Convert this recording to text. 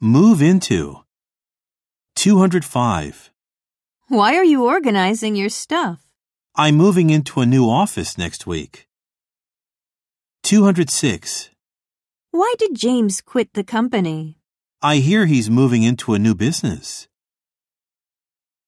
Move into. 205. Why are you organizing your stuff? I'm moving into a new office next week. 206. Why did James quit the company? I hear he's moving into a new business.